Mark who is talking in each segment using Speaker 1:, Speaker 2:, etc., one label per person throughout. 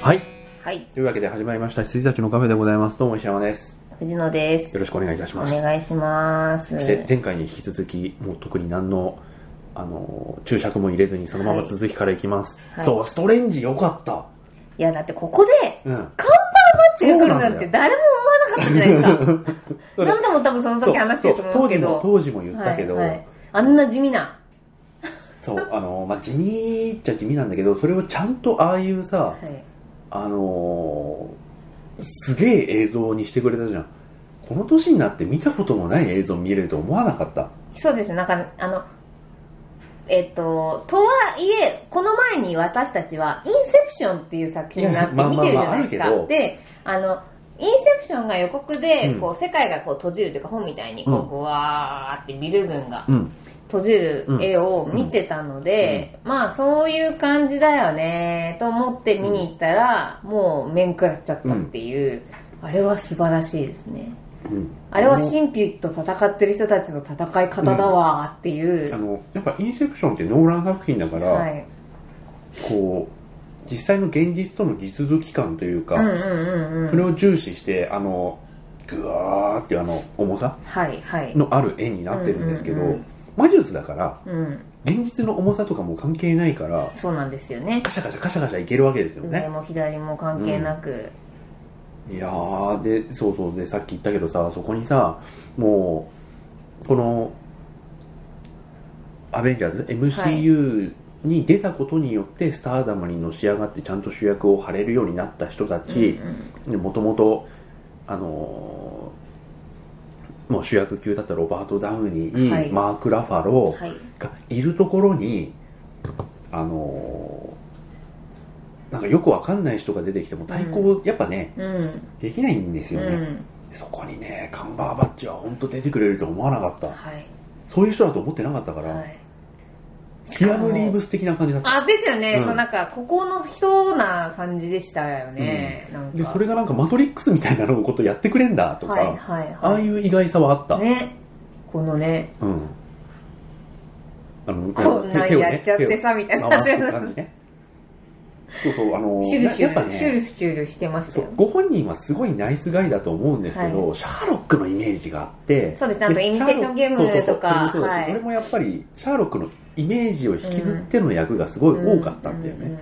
Speaker 1: はい。
Speaker 2: というわけで始まりました羊たちのカフェでございますどうも石山です
Speaker 1: 藤野です。
Speaker 2: よろしくお願いいたし
Speaker 1: お
Speaker 2: ます
Speaker 1: 願いします。
Speaker 2: そして前回に引き続きもう特に何のあの注釈も入れずにそのまま続きからいきます、
Speaker 1: はい
Speaker 2: そうストレンジよかった
Speaker 1: いや、だってここで、
Speaker 2: うん
Speaker 1: 看板マッチが来るなんて誰も思わなかったじ ゃないですか。何度も多分その時話してると思うんですけ
Speaker 2: そ
Speaker 1: ど。
Speaker 2: う当時も当時も言ったけど、
Speaker 1: はいはいあんな地味な。
Speaker 2: そうあの、まあ、地味っちゃ地味なんだけどそれをちゃんとああいうさ、
Speaker 1: はい。
Speaker 2: あのーすげえ映像にしてくれたじゃんこの年になって見たこともない映像見れると思わなかった
Speaker 1: そうですね、なんか、あの、えっと、とはいえ、この前に私たちは、インセプションっていう作品になって
Speaker 2: いやまあ
Speaker 1: 見てるじゃないです
Speaker 2: まあまああ
Speaker 1: か。
Speaker 2: るけ
Speaker 1: で、あの、インセプションが予告で、
Speaker 2: うん
Speaker 1: こう、世界がこう閉じるというか、本みたいに、こ
Speaker 2: うん
Speaker 1: う、ぐわーってビル群が
Speaker 2: うん
Speaker 1: 閉じる絵を見てたので、まあ、そういう感じだよね、と思って見に行ったら、もう、面食らっちゃったっていう、あれは素晴らしいですね。
Speaker 2: うん
Speaker 1: あれは神秘と戦ってる人たちの戦い方だわーっていう。
Speaker 2: あのやっぱ「インセプション」ってノーラン作品だから、
Speaker 1: はい、
Speaker 2: こう実際の現実との地続き感というか、
Speaker 1: うんうんうんう
Speaker 2: そ
Speaker 1: ん
Speaker 2: れを重視してあのグワーっていうあの重さ
Speaker 1: はいはい
Speaker 2: のある絵になってるんですけど、
Speaker 1: うんうんうん
Speaker 2: 魔術だから
Speaker 1: うん
Speaker 2: 現実の重さとかも関係ないから
Speaker 1: そうなんですよね
Speaker 2: カシャカシャカシャカシャいけるわけですよね
Speaker 1: 上も左も関係なく、
Speaker 2: いやーでそうそうでさっき言ったけどさそこにさもうこの「アベンジャーズ」MCU に出たことによってスターダムにのし上がってちゃんと主役を張れるようになった人たちもともとあのーもう主役級だったロバート・ダウニー、
Speaker 1: はい
Speaker 2: マーク・ラファロ
Speaker 1: はい
Speaker 2: ーがいるところに、あのーなんかよくわかんない人が出てきても対抗、やっぱね
Speaker 1: うん
Speaker 2: できないんです
Speaker 1: う
Speaker 2: よね、
Speaker 1: ん
Speaker 2: そこにねカンバーバッチは本当出てくれると思わなかった
Speaker 1: はい
Speaker 2: そういう人だと思ってなかったから、
Speaker 1: はい
Speaker 2: キアヌ・リーブス的な感じだった
Speaker 1: あですよね、
Speaker 2: うん
Speaker 1: そうなんかここの人な感じでしたよね、なんか
Speaker 2: でそれがなんかマトリックスみたいなのことやってくれんだとか、
Speaker 1: はいはい
Speaker 2: ああ
Speaker 1: はい
Speaker 2: いう意外さはあった、
Speaker 1: ねこのね
Speaker 2: うんあの
Speaker 1: こんなんやっちゃってさ、み
Speaker 2: 手
Speaker 1: たい
Speaker 2: を
Speaker 1: な
Speaker 2: ね回す感じねそうそうあの
Speaker 1: シュルシ
Speaker 2: やっ
Speaker 1: ュ
Speaker 2: ぱ
Speaker 1: ル、
Speaker 2: ね
Speaker 1: シュルシュルしてました
Speaker 2: そ
Speaker 1: よ
Speaker 2: うご本人はすごいナイスガイだと思うんですけど、シャーロックのイメージがあって
Speaker 1: そうですねあとイミテーションゲーム
Speaker 2: そうそうそう
Speaker 1: とか
Speaker 2: それもそうだし、
Speaker 1: は
Speaker 2: そ
Speaker 1: い
Speaker 2: れもやっぱりシャーロックのイメージを引きずっての役がすごい多かったんだよね、
Speaker 1: うう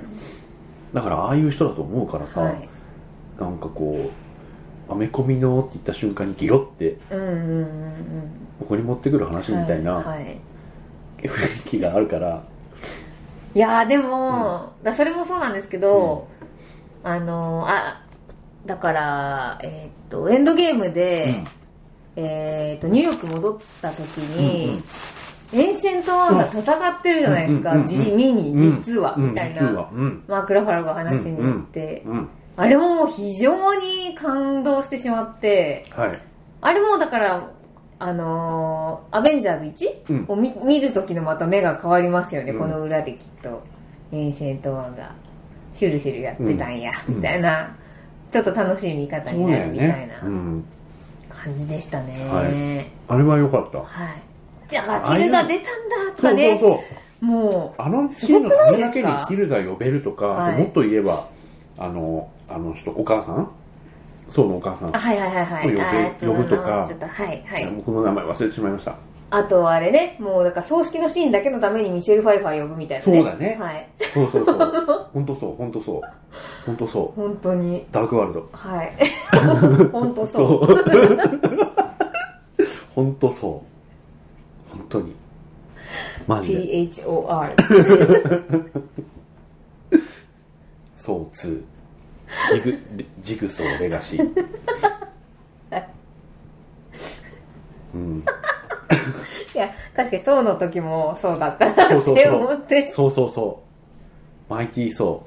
Speaker 2: だからああいう人だと思うからさ、
Speaker 1: うんはい
Speaker 2: なんかこう「アメコミの」って言った瞬間にギロって
Speaker 1: うんうんうんうん
Speaker 2: ここに持ってくる話みたい
Speaker 1: は
Speaker 2: な
Speaker 1: はい
Speaker 2: 雰囲気があるから、
Speaker 1: いやーでも、だそれもそうなんですけど、あのーあだから、えーっとエンドゲームで、えーっとニューヨーク戻った時
Speaker 2: うんう
Speaker 1: に
Speaker 2: ん、
Speaker 1: エンシェントワンが戦ってるじゃないですか、
Speaker 2: うんうんうんうん
Speaker 1: 地味に実は、
Speaker 2: うん
Speaker 1: みたいな、
Speaker 2: 実はうん
Speaker 1: マーク・ラファロが話に行って、
Speaker 2: うん
Speaker 1: あれももう非常に感動してしまって
Speaker 2: はい
Speaker 1: あれもだからあのーアベンジャーズ1」
Speaker 2: うん
Speaker 1: を見見る時のまた目が変わりますよね、
Speaker 2: うん
Speaker 1: この裏できっとエンシェントワンがシュルシュルやってたんや、みたいな、ちょっと楽しい見方
Speaker 2: そ
Speaker 1: に
Speaker 2: う
Speaker 1: な
Speaker 2: だ
Speaker 1: る
Speaker 2: よ
Speaker 1: みたい
Speaker 2: ね
Speaker 1: な
Speaker 2: うん
Speaker 1: 感じでしたね
Speaker 2: は
Speaker 1: はいい、
Speaker 2: あれは良かった
Speaker 1: だからチルダ出たんだとかね
Speaker 2: そうそうそう
Speaker 1: も
Speaker 2: あのシーンのためだけにティルダ呼べるとか、
Speaker 1: はい
Speaker 2: もっと言えば、あの、あの人、お母さんそうのお母さん
Speaker 1: うあ。はいはいはいはい
Speaker 2: 呼ぶ
Speaker 1: あーっ
Speaker 2: 呼ぶとか
Speaker 1: 名前忘れちゃったはいはいい
Speaker 2: や僕の名前忘れてしまいました。
Speaker 1: あとあれねもうだから葬式のシーンだけのためにミシェル・ファイファー呼ぶみたいなね
Speaker 2: そうだね
Speaker 1: はい
Speaker 2: そうそう そう。本当そう、本当そう。本当そ
Speaker 1: 本当に
Speaker 2: う。ダークワールド。
Speaker 1: はい 本当そう
Speaker 2: そう。 本当そう。本当に。マジで。
Speaker 1: THOR
Speaker 2: そう2。ジグ、ジグソーレガシー。うん。
Speaker 1: いや確かにそうの時もそうだったな
Speaker 2: そう
Speaker 1: っ
Speaker 2: そう
Speaker 1: て思って
Speaker 2: そうそうそう。マイティーソ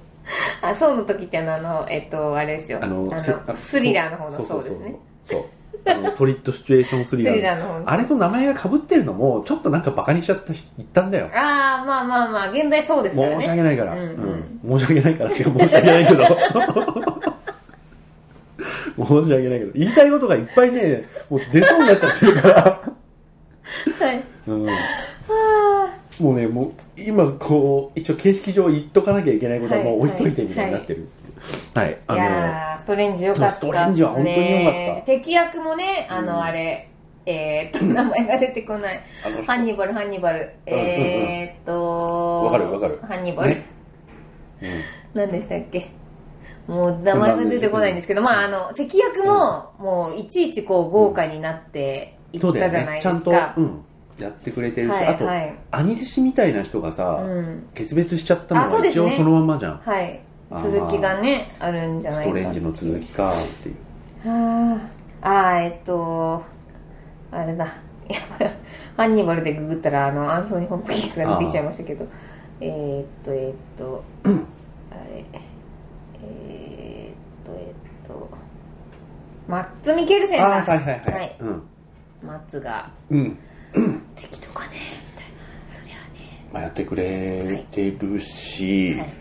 Speaker 2: ー。
Speaker 1: あそうの時ってあのあのえっとあれですよあの
Speaker 2: せ
Speaker 1: スリラーの方のそうですね
Speaker 2: そうそうそうそうあのソリッドシチュエーションス
Speaker 1: ス
Speaker 2: リ
Speaker 1: リ
Speaker 2: ラー
Speaker 1: ラーの方の
Speaker 2: あれと名前が被ってるのもちょっとなんかバカにしちゃった人言ったんだよ
Speaker 1: ああまあまあまあ現代そうですから
Speaker 2: 申し
Speaker 1: ね
Speaker 2: 訳ないから、
Speaker 1: うん
Speaker 2: うん申し訳ないからっていうか申し訳ないけど申し訳ないけど言いたいことがいっぱいねもう出そうになっちゃってるから、
Speaker 1: はい
Speaker 2: うん、もうねもう今こう一応形式上言っとかなきゃいけないことはもう置いといてみたいになってる、はい。あ
Speaker 1: い
Speaker 2: の、
Speaker 1: やー、ストレンジ良かったっすね。
Speaker 2: ストレンジは本当に良かった
Speaker 1: で敵役もね、あ
Speaker 2: うん
Speaker 1: の、あれ、えーっと、名前が出てこない。
Speaker 2: あの人
Speaker 1: ハンニバル、ハンニバル。
Speaker 2: うんうんうん
Speaker 1: えーっと、
Speaker 2: わかるわかる
Speaker 1: ハンニバル。
Speaker 2: うん
Speaker 1: 何でしたっけもう名前が出てこないんですけど、まああの、敵役も、もういちいちこう豪華になっていっ
Speaker 2: そうだ
Speaker 1: た
Speaker 2: よ
Speaker 1: じゃな
Speaker 2: ね
Speaker 1: いで
Speaker 2: ちゃん
Speaker 1: す
Speaker 2: と、
Speaker 1: か
Speaker 2: う。ん、やってくれてるし、
Speaker 1: はい
Speaker 2: あと、
Speaker 1: はい
Speaker 2: 兄弟子みたいな人がさ、
Speaker 1: うん
Speaker 2: 決別しちゃった
Speaker 1: あ
Speaker 2: の
Speaker 1: そう
Speaker 2: が
Speaker 1: です
Speaker 2: 一
Speaker 1: ね
Speaker 2: 応そのまんまじゃん、
Speaker 1: はい
Speaker 2: あ。ー
Speaker 1: 続きがね、あるんじゃ
Speaker 2: ス
Speaker 1: ない
Speaker 2: ト
Speaker 1: か
Speaker 2: レンジの続きかっていう
Speaker 1: あーあーえっとあれだ やばいハンニバルでググったらあのアンソニー・ホップキンスが出てきちゃいましたけどえーっとえーっとあれえーっとえーっとマッツ・ミケルセン
Speaker 2: あ
Speaker 1: だ
Speaker 2: あーはいはいはい、
Speaker 1: はい
Speaker 2: うん、
Speaker 1: マッツが
Speaker 2: うん
Speaker 1: 敵とかねみたいなそりゃあね
Speaker 2: まあ、やってくれてるし、
Speaker 1: はい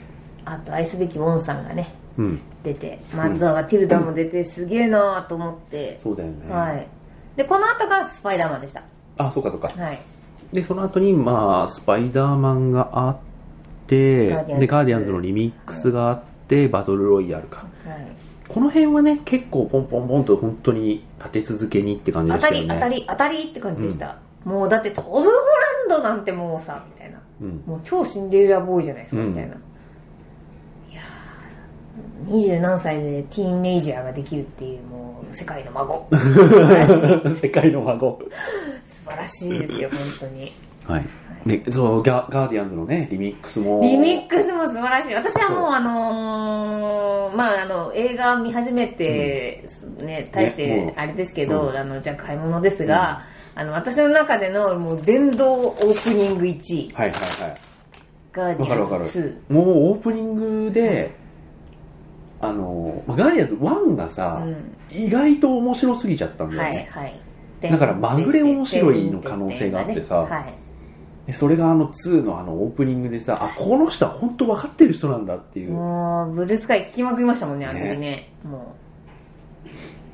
Speaker 1: あと愛すべきウォンさんがね
Speaker 2: うん
Speaker 1: 出てマッツがティルダも出てすげえなーと思って、
Speaker 2: そうだよね、
Speaker 1: はいでこの後がスパイダーマンでした
Speaker 2: あそうかそうか
Speaker 1: はい
Speaker 2: でその後にまあスパイダーマンがあって
Speaker 1: ガーディアンズ
Speaker 2: でガーディアンズのリミックスがあって、バトルロイヤルか
Speaker 1: はい
Speaker 2: この辺はね結構ポンポンポンと本当に立て続けにって感じ
Speaker 1: 当
Speaker 2: でしたたよ
Speaker 1: り
Speaker 2: ね
Speaker 1: 当たり当たりって感じでした、もうだってトム・ホランドなんてもうさみたいな
Speaker 2: うん
Speaker 1: もう超シンデレラボーイじゃないですか、
Speaker 2: うん
Speaker 1: みたいないやー二十何歳でティーンネイジャーができるっていうもう世界の 孫素晴らしい
Speaker 2: 世界の孫
Speaker 1: 素晴らしいですよ本当 に
Speaker 2: はい。で、そう、ガガーディアンズのね、リミックスも。
Speaker 1: リミックスも素晴らしい私はも
Speaker 2: そうう
Speaker 1: あのーまああの映画見始めて、ね大し
Speaker 2: ねも
Speaker 1: て
Speaker 2: う
Speaker 1: あれですけど、あのじゃあ買い物ですが、あの私の中でのもう殿堂オープニング1位
Speaker 2: はいはいは
Speaker 1: ガー
Speaker 2: い。
Speaker 1: デ
Speaker 2: わかる
Speaker 1: ィ
Speaker 2: わか
Speaker 1: アン
Speaker 2: る
Speaker 1: ズ2。
Speaker 2: もうオープニングで、あの、まあガーディアンズ1がさ、
Speaker 1: うん
Speaker 2: 意外と面白すぎちゃったんだよ
Speaker 1: は
Speaker 2: ね。
Speaker 1: いはい
Speaker 2: だからまぐれ面白いの可能性があってさ
Speaker 1: はい、
Speaker 2: でそれがあの2のあのオープニングでさ、あ、この人は本当分かってる人なんだっていう。
Speaker 1: もうブルースカイ聞きまくりましたもんねあの時ね
Speaker 2: ね
Speaker 1: も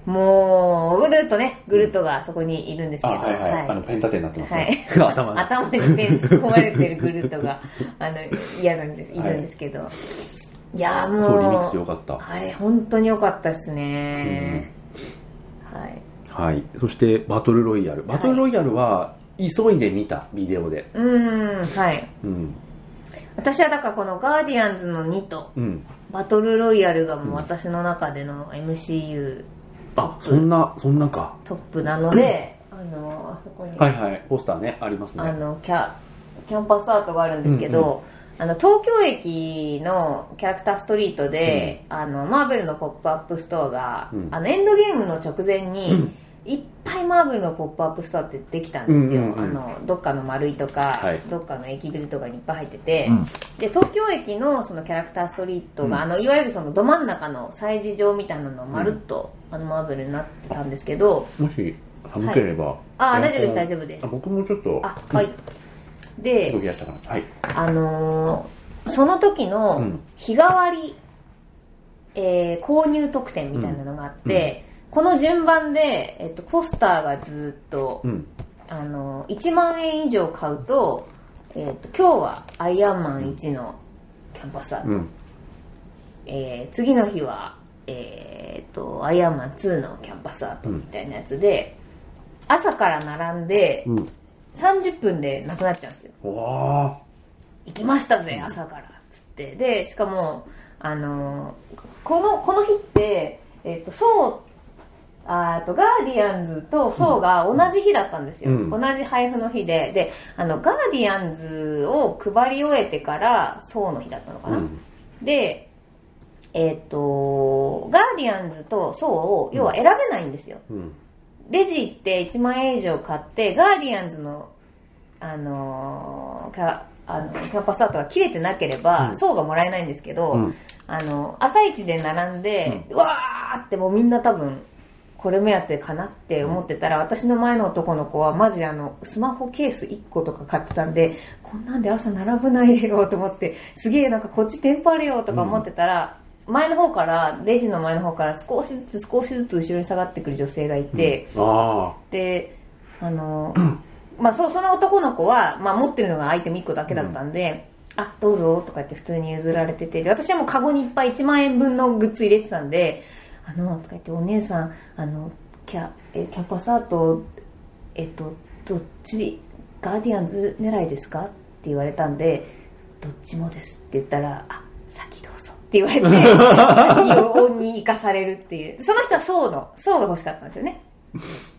Speaker 1: うもうぐるっとねぐるっとがそこにいるんですけ
Speaker 2: あ、
Speaker 1: ど、
Speaker 2: はいはい。あの、ペン立てになってますね。
Speaker 1: はい、
Speaker 2: 頭に。
Speaker 1: 頭にペン突っ込まれてるグルートがあのやるんですいるんですけど、い、やーもう
Speaker 2: そう、リミックスよかった。
Speaker 1: あれ本当に良かったですね、は
Speaker 2: は
Speaker 1: い
Speaker 2: い。そして、バトルロイヤル。バトルロイヤルは、急いで見た、ビデオで。
Speaker 1: うーんはい
Speaker 2: うん。
Speaker 1: 私はだからこの「ガーディアンズの2」と
Speaker 2: うん。
Speaker 1: 「バトルロイヤル」がもう私の中での MCU
Speaker 2: あ、そんな、そんなか。
Speaker 1: トップなので、あのあそこに、
Speaker 2: はいはい、ポスターね、あります
Speaker 1: あ
Speaker 2: ね。
Speaker 1: のキャキャンパスアートがあるんですけど、あの東京駅のキャラクターストリートで、あのマーベルのポップアップストアが、
Speaker 2: うん
Speaker 1: あのエンドゲームの直前に、いっぱいマーベルのポップアップストアってできたんですよ、
Speaker 2: うんうんうん
Speaker 1: あのどっかの丸いとか、
Speaker 2: はい
Speaker 1: どっかの駅ビルとかにいっぱい入ってて、
Speaker 2: うん
Speaker 1: で東京駅のそのキャラクターストリートが、
Speaker 2: うん
Speaker 1: あのいわゆるそのど真ん中の催事場みたいなのをまるっと、あのマーベルになってたんですけど
Speaker 2: もし、寒ければ。
Speaker 1: あ
Speaker 2: エ
Speaker 1: あ
Speaker 2: アコン
Speaker 1: 大丈夫です大丈夫です
Speaker 2: あ僕もちょっと、
Speaker 1: あはい、で
Speaker 2: 動き出したかな。はい。
Speaker 1: あのーその時
Speaker 2: う
Speaker 1: の
Speaker 2: ん
Speaker 1: 日替わり、えー購入特典みたいなのがあって、この順番で、えっと、ポスターがずっと、
Speaker 2: うん。
Speaker 1: あのー1万円以上買うと,、えっと今日はアイアンマン1のキャンパスアート、
Speaker 2: うん。
Speaker 1: えー次の日は、えーっとアイアンマン2のキャンパスアートみたいなやつで、朝から並んで
Speaker 2: うん。
Speaker 1: 30分でなくなっちゃうんですよ
Speaker 2: うわ
Speaker 1: 行きましたぜ朝からっつってでしかもあのこのこの日って、えっとそうあーとガーディアンズとそうが同じ日だったんですよ、
Speaker 2: うん
Speaker 1: 同じ配布の日でであのガーディアンズを配り終えてからそうの日だったのか
Speaker 2: ー。う
Speaker 1: な、
Speaker 2: ん。
Speaker 1: でえっ、とガーディアンズとそうを要は選べないんですよ、
Speaker 2: うん。
Speaker 1: レジ行って1万円以上買ってガーディアンズのあのーかあのキャンパスアートが切れてなければ、
Speaker 2: うん
Speaker 1: 層がもらえないんですけど、
Speaker 2: うん
Speaker 1: あの朝一で並んで、うわーってもうみんな多分これ目当てかなって思ってたら、私の前の男の子はマジあのスマホケース1個とか買ってたんでこんなんで朝並ぶないでよと思ってすげえなんかこっちテンパるよとか思ってたら、前の方からレジの前の方から少しずつ少しずつ後ろに下がってくる女性がいて、
Speaker 2: あ
Speaker 1: であのまあそその男の子は、まあ、持ってるのがアイテム1個だけだったんで、あどうぞとか言って普通に譲られててで私はもうカゴにいっぱい1万円分のグッズ入れてたんで「あの」とか言って「お姉さんあのキャえキャパサートえっとどっちガーディアンズ狙いですか?」って言われたんで「どっちもです」って言ったら「あ先どうぞ」って言 われて先をに行かされるっていうその人は層の層が欲しかったんですよね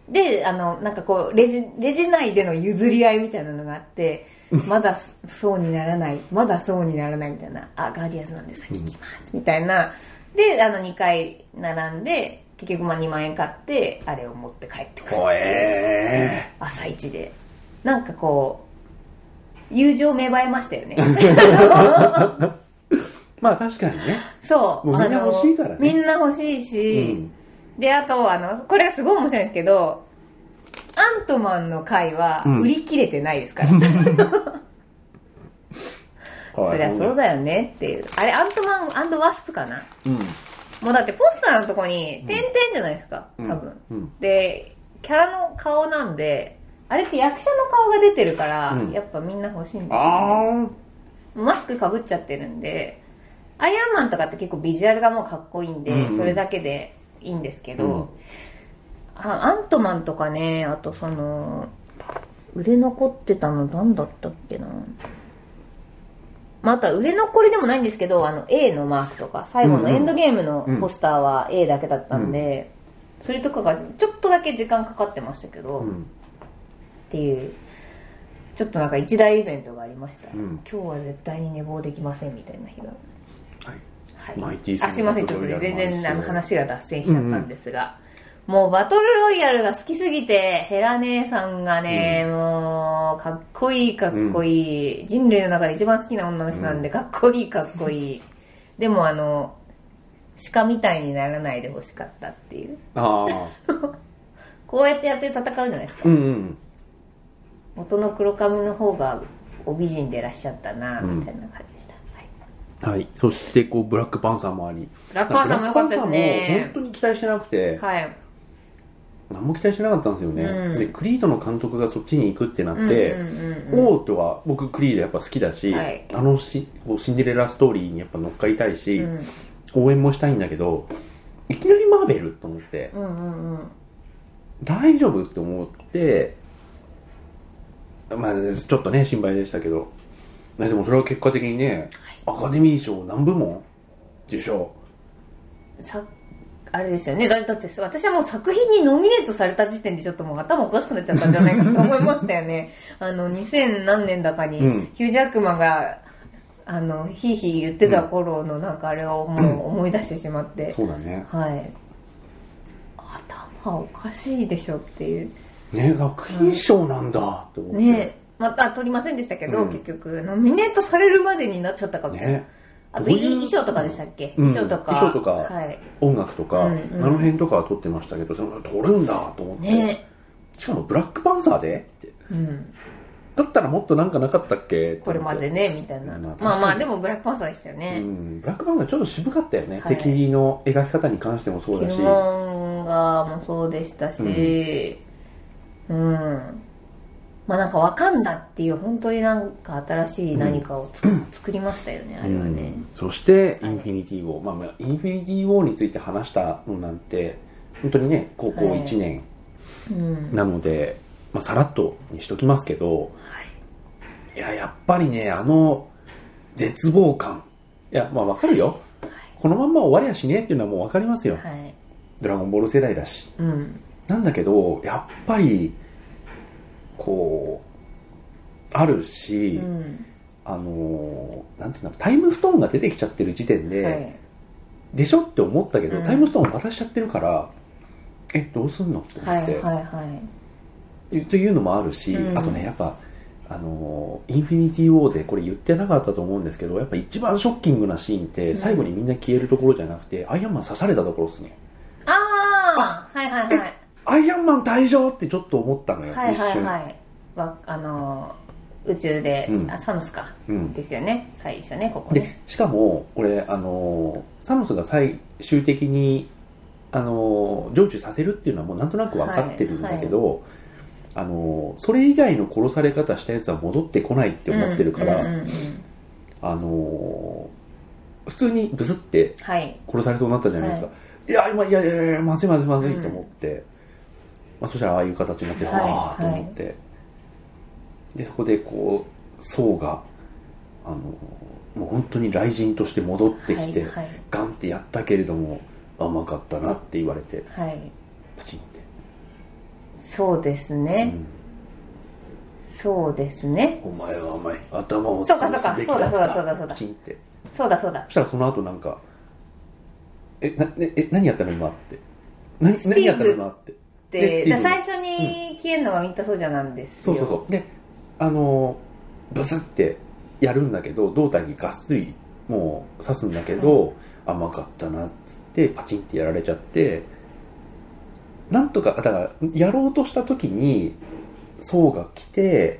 Speaker 1: であのなんかこうレジレジ内での譲り合いみたいなのがあってまだそうにならないまだそうにならないみたいなあガーディアンズなんで先行きますみたいなであの2回並んで結局まあ2万円買ってあれを持って帰ってくる
Speaker 2: 怖え
Speaker 1: 朝一でなんかこう友情芽生えました よね
Speaker 2: まあ確かにね
Speaker 1: そう
Speaker 2: もうみんな
Speaker 1: あの
Speaker 2: 欲しいからね
Speaker 1: みんな欲しいし、であとあのこれはすごい面白いんですけどアントマンの回は
Speaker 2: うん
Speaker 1: 売り切れてないですから、
Speaker 2: 怖
Speaker 1: そりゃそうだよねっていうあれアントマンワスプかなもうだってポスターのとこに点々じゃないですか、
Speaker 2: うん
Speaker 1: 多分、
Speaker 2: うん
Speaker 1: でキャラの顔なんであれって役者の顔が出てるから、
Speaker 2: うん
Speaker 1: やっぱみんな欲しいんですよ、ね、
Speaker 2: あ
Speaker 1: マスクかぶっちゃってるんでアイアンマンとかって結構ビジュアルがもうかっこいいんで、
Speaker 2: うんうん
Speaker 1: それだけでいいんですけど、
Speaker 2: うん
Speaker 1: あアントマンとかねあとその売れ残ってたの何だったっけなまた売れ残りでもないんですけどあの A のマークとか最後
Speaker 2: うん
Speaker 1: の
Speaker 2: うん
Speaker 1: エンドゲームのポスターは A だけだったんで、それとかがちょっとだけ時間かかってましたけど、
Speaker 2: あうん
Speaker 1: っていうちょっとなんか一大イベントがありました、
Speaker 2: うん
Speaker 1: 今日は絶対に寝坊できませんみたいな日が
Speaker 2: はい
Speaker 1: はい
Speaker 2: マイティー
Speaker 1: あすいませんちょっと
Speaker 2: バトルロイ
Speaker 1: 全
Speaker 2: ヤルの話
Speaker 1: 然あの話が脱線しちゃったんですが、もうバトルロイヤルが好きすぎてヘラ姉さんがね、もうかっこいいかっこいい、人類の中で一番好きな女の人なんでかっこいいかっこいいでもあの鹿みたいにならないでほしかったっていう
Speaker 2: ああ
Speaker 1: こうやってやって戦うじゃないですか
Speaker 2: うんうん
Speaker 1: 元の黒髪の方がお美人でいらっしゃったなみたいな感じでした、はい
Speaker 2: はいそしてこうブラックパンサーもあり
Speaker 1: ブラックパンサーも良かったですね
Speaker 2: ブラックパンサーも本当に期待してなくて、
Speaker 1: はい、
Speaker 2: 何も期待してなかったんですよね、
Speaker 1: うん
Speaker 2: でクリードの監督がそっちに行くってなって、
Speaker 1: うんうんうん
Speaker 2: オートは僕クリードやっぱ好きだし、
Speaker 1: はい
Speaker 2: あのしこうシンデレラストーリーにやっぱ乗っかりたいし、
Speaker 1: ん
Speaker 2: 応援もしたいんだけどいきなりマーベルと思って、
Speaker 1: うんうんうん
Speaker 2: 大丈夫って思ってまあちょっとね心配でしたけどねでもそれは結果的にね、アカデミー賞何部門受賞
Speaker 1: さあれですよねだだって私はもう作品にノミネートされた時点でちょっともう頭おかしくなっちゃったんじゃないかと思いました よねあの2000何年だかに
Speaker 2: うん
Speaker 1: ヒュージャックマンがあのひいひい言ってた頃のなんかあれをもう思い出してしまって、
Speaker 2: そうだね
Speaker 1: はい頭おかしいでしょっていう
Speaker 2: ね作品賞なんだって思って、
Speaker 1: ねまた取りませんでしたけど、
Speaker 2: うん
Speaker 1: 結局ノミネートされるまでになっちゃったかみたいな、
Speaker 2: ね
Speaker 1: あと
Speaker 2: どう
Speaker 1: い
Speaker 2: いう
Speaker 1: 衣装とかでしたっけ、
Speaker 2: うん
Speaker 1: 衣装とか
Speaker 2: 衣装とか
Speaker 1: はい
Speaker 2: 音楽とか、
Speaker 1: うんうん
Speaker 2: あの辺とかは撮ってましたけどその撮るんだと思って、
Speaker 1: ね
Speaker 2: しかもブラックパンサーでって
Speaker 1: うん
Speaker 2: だったらもっとなんかなかったっけって思って
Speaker 1: これまでねみたいな、
Speaker 2: まあ
Speaker 1: まあま
Speaker 2: 確か
Speaker 1: あ
Speaker 2: に
Speaker 1: でもブラックパンサーでしたよ
Speaker 2: う
Speaker 1: ね、
Speaker 2: んブラックパンサーちょっと渋かったよね、
Speaker 1: はい
Speaker 2: 敵の描き方に関してもそう
Speaker 1: ヒ
Speaker 2: だし
Speaker 1: ルモンがもそうでしたしうん、まあなんかわかんだっていう本当になんか新しい何かをつ、作りましたよねあれはね、
Speaker 2: うんそしてインフィニティ・ウォー、まあまあ、インフィニティ・ウォーについて話したのなんて本当にね高校
Speaker 1: はい
Speaker 2: 1年
Speaker 1: うん
Speaker 2: なので、まあ、さらっとにしときますけど、い、ややっぱりねあの絶望感いやまあわかるよ、このまんま終わりやしねえっていうのはもうわかりますよ、
Speaker 1: はい
Speaker 2: ドラゴンボール世代だし
Speaker 1: うん
Speaker 2: なんだけどやっぱりこうあるし、
Speaker 1: うん
Speaker 2: あのーなんていうのタイムストーンが出てきちゃってる時点で、
Speaker 1: はい
Speaker 2: でしょって思ったけど、
Speaker 1: うん
Speaker 2: タイムストーン渡しちゃってるからえどうすんのって
Speaker 1: は
Speaker 2: 思
Speaker 1: い
Speaker 2: っ
Speaker 1: はい
Speaker 2: て、
Speaker 1: は
Speaker 2: というのもあるし、
Speaker 1: うん
Speaker 2: あとねやっぱあのーインフィニティ・ウォーでこれ言ってなかったと思うんですけどやっぱ一番ショッキングなシーンって最後にみんな消えるところじゃなくて、アイアンマン刺されたところですね
Speaker 1: いああはいはいはい
Speaker 2: アイアンマン退場ってちょっと思ったのよ、
Speaker 1: はい
Speaker 2: 一
Speaker 1: はい
Speaker 2: 瞬、
Speaker 1: はいわあのー宇宙で、
Speaker 2: うん
Speaker 1: あサノスか、
Speaker 2: うん
Speaker 1: ですよね最初ねここ
Speaker 2: で
Speaker 1: ね
Speaker 2: しかも俺あのーサノスが最終的にあのー成就させるっていうのはもうなんとなく分かってるんだけど、あのーそれ以外の殺され方したやつは戻ってこないって思ってるから、
Speaker 1: うんうんうんうん
Speaker 2: あのー普通にブスって
Speaker 1: はい
Speaker 2: 殺されそうになったじゃないですか、い、や今いやいやいやまずいまずいまずいと思って、まあ、そしたらああいう形になって、
Speaker 1: はい
Speaker 2: ああと思って、でそこでこう僧があのもう本当に雷神として戻ってきて、
Speaker 1: はいはい
Speaker 2: ガンってやったけれども甘かったなって言われて
Speaker 1: はい
Speaker 2: パチンって、
Speaker 1: そうですね、そうですね
Speaker 2: お前は甘い頭を
Speaker 1: そうかそうか
Speaker 2: 潰すべきだった
Speaker 1: そうだそうだそうだそうだ
Speaker 2: パチンって
Speaker 1: そうだそうだ
Speaker 2: そしたらその後なんか「えなええ何やったの今」って何
Speaker 1: ティーブ
Speaker 2: 何やったの今って
Speaker 1: で
Speaker 2: で
Speaker 1: だから最初に消えるのがウィンターソルジャーなんです
Speaker 2: そ
Speaker 1: よ
Speaker 2: うそうそうであのブスってやるんだけど胴体にがっつりもう刺すんだけど、甘かったなっつってパチンってやられちゃってなんとかだからやろうとした時に層が来て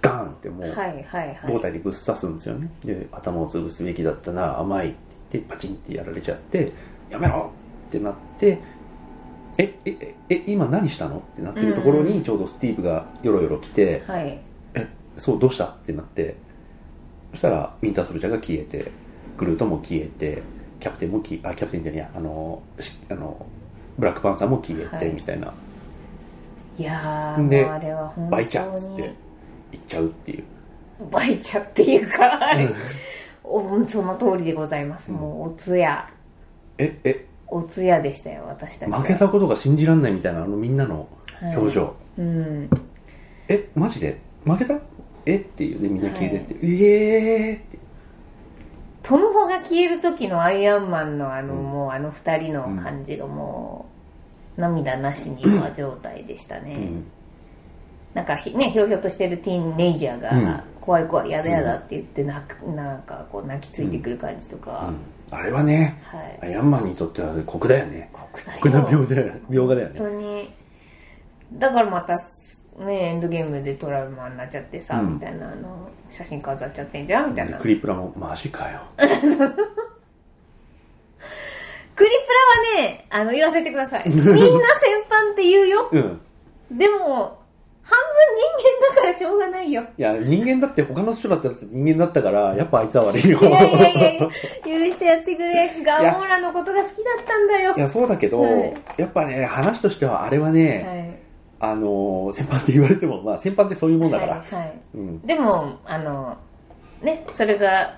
Speaker 2: ガンってもう
Speaker 1: はいはいはい
Speaker 2: 胴体にぶっ刺すんですよねで頭を潰すべきだったな甘いって言ってパチンってやられちゃってやめろってなってええええ今何したのってなってるところ
Speaker 1: う
Speaker 2: にちょうどスティーブがよろよろ来て
Speaker 1: はい
Speaker 2: そうどうしたってなってそしたらウィンターソルジャーが消えてグルートも消えてキャプテンも消えあキャプテンじゃねえやあのしあのブラックパンサーも消えて、
Speaker 1: はい
Speaker 2: みたいない
Speaker 1: やー
Speaker 2: で
Speaker 1: もうあれは本当に
Speaker 2: バイキャっつって行っちゃうっていう
Speaker 1: バイチャっていうか、おその通りでございます、
Speaker 2: うん
Speaker 1: もうお通夜
Speaker 2: ええ
Speaker 1: お通夜でしたよ私たちは
Speaker 2: 負けたことが信じらんないみたいなあのみんなの表情、
Speaker 1: うん
Speaker 2: えマジで負けたえっていうでみんな消えてって、イエーって
Speaker 1: トムホが消える時のアイアンマンのあの、
Speaker 2: うん
Speaker 1: もうあの二人の感じがもう、涙なしには状態でしたね、
Speaker 2: うん
Speaker 1: なんかひねひょうひょうとしてるティーンネイジャー
Speaker 2: うん
Speaker 1: が怖い怖いやだやだって言って泣くなんかこう泣きついてくる感じとか、
Speaker 2: あれはね
Speaker 1: はい
Speaker 2: アイアンマンにとっては酷だよね
Speaker 1: 国際
Speaker 2: 酷な病だよね病がだよね
Speaker 1: 本当にだからまたねエンドゲームでトラウマになっちゃってさ、
Speaker 2: うん
Speaker 1: みたいなあの写真飾っちゃってんじゃんみたいなク
Speaker 2: ク
Speaker 1: リ
Speaker 2: リプラもマジかよ
Speaker 1: プラはねあの言わせてくだ さいみんな先般って言うよ
Speaker 2: うん
Speaker 1: でも半分人間だからしょうがな いよ
Speaker 2: いや人間だって他の人だって人間だったからやっぱあいつは悪いよ
Speaker 1: いやいやいやいや許してやってくれガモーラのことが好きだったんだよ
Speaker 2: いやそうだけど、
Speaker 1: はい
Speaker 2: やっぱね話としてはあれはね、
Speaker 1: はい
Speaker 2: あのー先輩って言われてもまあ先輩ってそういうもんだから、
Speaker 1: はいはい
Speaker 2: うん
Speaker 1: でもあのねそれが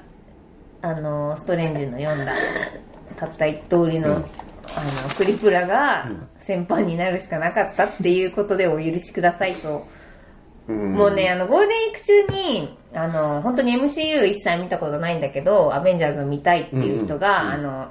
Speaker 1: あのストレンジの読んだたった一通りの,、
Speaker 2: うん
Speaker 1: あのクリプラが
Speaker 2: ん
Speaker 1: 先般になるしかなかったっていうことでお許しくださいと、
Speaker 2: うん
Speaker 1: もうねあのゴールデンウィーク中にあの本当に MCU 一切見たことないんだけど「アベンジャーズ」を見たいっていう人が、
Speaker 2: うんうん
Speaker 1: あの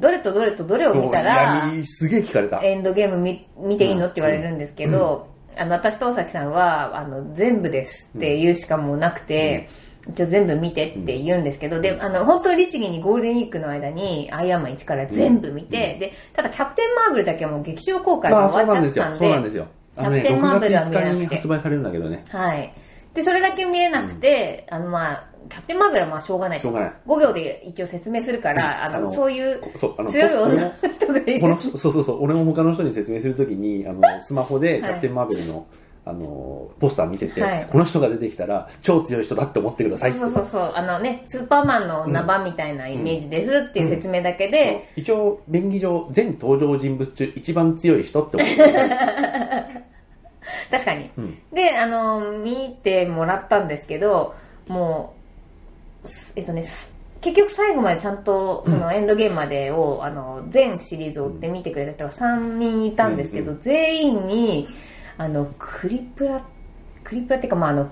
Speaker 1: どれとどれとどれを見たら
Speaker 2: いやすげえ聞かれた
Speaker 1: エンドゲーム見見ていいのって言われるんですけど、あの私と大崎さんはあの全部ですって言うしかもうなくて、一応全部見てって言うんですけど、であの本当に律儀にゴールデンウィークの間にアイアンマン1から全部見て、でただキャプテンマーブルだけはもう劇場公開が
Speaker 2: まあそう
Speaker 1: 終わっ
Speaker 2: なんで
Speaker 1: ちゃっ
Speaker 2: すよ
Speaker 1: たん
Speaker 2: そう
Speaker 1: で,、
Speaker 2: なんですよあのね
Speaker 1: キャプテンマーベルは
Speaker 2: 6
Speaker 1: 見
Speaker 2: 月
Speaker 1: れ
Speaker 2: 5
Speaker 1: なくて
Speaker 2: 日に発売されるんだけどね
Speaker 1: はいでそれだけ見れなくて、あのまあキャプテンマーベルはまあしょうがない
Speaker 2: しょうがない
Speaker 1: 5秒で一応説明するから、
Speaker 2: うん
Speaker 1: あの
Speaker 2: あの
Speaker 1: そういう
Speaker 2: こそうあの
Speaker 1: 強い
Speaker 2: こ
Speaker 1: 女の人がいる
Speaker 2: このそうそうそう俺も他の人に説明するときにあのスマホでキャプテン・マーベルの,、あのポスター見せて、
Speaker 1: はい
Speaker 2: この人が出てきたら超強い人だって思ってくださいって
Speaker 1: そうそうそうあのねスーパーマンの女版みたいなイメージですっていう説明だけ
Speaker 2: そう
Speaker 1: で、
Speaker 2: 一応便宜上全登場人物中一番強い人って思って ください
Speaker 1: 確かに、
Speaker 2: ん
Speaker 1: であの見てもらったんですけどもうすえっとねす結局最後までちゃんとそのエンドゲームまでをあの全シリーズを追って見てくれた人が3人いたんですけど、
Speaker 2: う
Speaker 1: 全員にあのクリプラクリプラっていうかまああの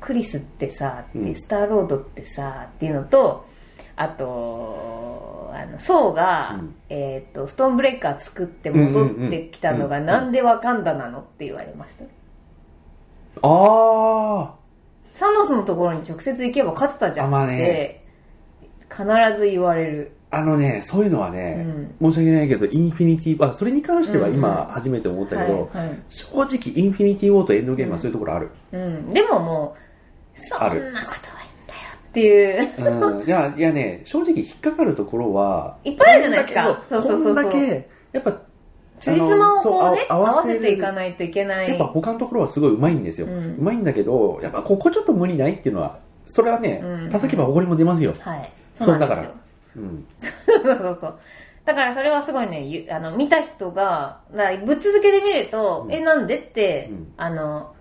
Speaker 1: クリスってさ、
Speaker 2: うん
Speaker 1: でスターロードってさっていうのとあとあのソーが、
Speaker 2: うん
Speaker 1: えー、とストーンブレイカー作って戻ってきたのが
Speaker 2: うんうんうん
Speaker 1: なんでワカンダなのって言われました
Speaker 2: あ
Speaker 1: サノスのところに直接行けば勝てたじゃん
Speaker 2: あまあ
Speaker 1: って
Speaker 2: ね
Speaker 1: 必ず言われる
Speaker 2: ああのねそういうのはね、申し訳ないけどインフィニティあそれに関しては
Speaker 1: うん
Speaker 2: 今初めて思ったけど、
Speaker 1: はいはい
Speaker 2: 正直インフィニティ・ウォーとエンドゲームはそういうところある、
Speaker 1: うん、でももうそんな
Speaker 2: あ
Speaker 1: ことはいい
Speaker 2: る
Speaker 1: んだよっていう
Speaker 2: うんいやいやね正直引っかかるところはい
Speaker 1: っぱいあるじゃないです
Speaker 2: こん
Speaker 1: か
Speaker 2: だけ
Speaker 1: そうそうそうそう
Speaker 2: こんだけやっぱ
Speaker 1: 辻褄をこうね
Speaker 2: あ
Speaker 1: 合
Speaker 2: のそう
Speaker 1: わせていか
Speaker 2: る
Speaker 1: ないといけない
Speaker 2: やっぱ他のところはすごいうまいんですよ、
Speaker 1: う
Speaker 2: うんまいんだけどやっぱここちょっと無理ないっていうのはそれはね、
Speaker 1: うん
Speaker 2: 叩けば埃も出ますよ。
Speaker 1: はい。
Speaker 2: そう
Speaker 1: な
Speaker 2: だ
Speaker 1: ん
Speaker 2: か
Speaker 1: で
Speaker 2: ら
Speaker 1: すよ。
Speaker 2: うん。
Speaker 1: そうそうそう。だからそれはすごいね、ゆあの見た人が、だからぶっ続けで見ると、
Speaker 2: うん
Speaker 1: え、なんでって、
Speaker 2: うん
Speaker 1: あの、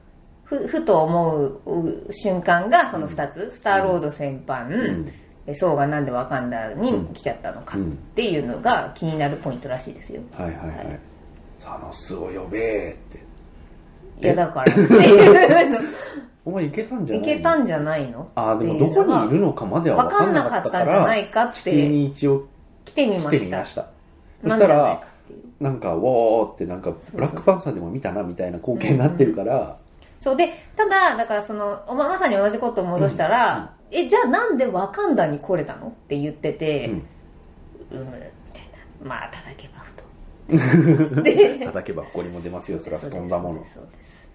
Speaker 1: ふ、ふと思うう瞬間がその2つ、スターロード先般、
Speaker 2: ん
Speaker 1: えそうがなんでわかんだに
Speaker 2: うん
Speaker 1: 来ちゃったのか
Speaker 2: う
Speaker 1: っ
Speaker 2: ん
Speaker 1: ていうのが気になるポイントらしいですよ。
Speaker 2: はいはいはい。
Speaker 1: はい
Speaker 2: サノスを呼べーって。
Speaker 1: いやだ から、 っていうの
Speaker 2: お前いけたんじゃ
Speaker 1: い
Speaker 2: ない
Speaker 1: けた
Speaker 2: ん
Speaker 1: んじゃないの
Speaker 2: ああ、でもどこにいるのかまでは
Speaker 1: わ
Speaker 2: 分か
Speaker 1: かん
Speaker 2: ん
Speaker 1: な
Speaker 2: なか
Speaker 1: か
Speaker 2: った
Speaker 1: っ
Speaker 2: か
Speaker 1: たんじゃな
Speaker 2: ら、
Speaker 1: いかっ
Speaker 2: 地球
Speaker 1: て、
Speaker 2: に一応
Speaker 1: 来てみ
Speaker 2: 来
Speaker 1: ま
Speaker 2: て
Speaker 1: し
Speaker 2: みま
Speaker 1: た。
Speaker 2: した。そ
Speaker 1: な
Speaker 2: し
Speaker 1: んじ
Speaker 2: た
Speaker 1: ゃない
Speaker 2: ら
Speaker 1: か、っていう。
Speaker 2: なんか、わーって、なんか、ブラックパンサーでも見たな、みたいな光景になってるから、
Speaker 1: そうでただだからそのおままさに同じことを戻したら、えじゃあなんでワカンダに来れたのって言ってて、
Speaker 2: うん
Speaker 1: うむみたいなまあ叩けばふと
Speaker 2: 叩けば埃も出ますよ、そりゃ
Speaker 1: そう
Speaker 2: 布
Speaker 1: で
Speaker 2: 団
Speaker 1: す
Speaker 2: だも
Speaker 1: そう
Speaker 2: の
Speaker 1: で。すそうです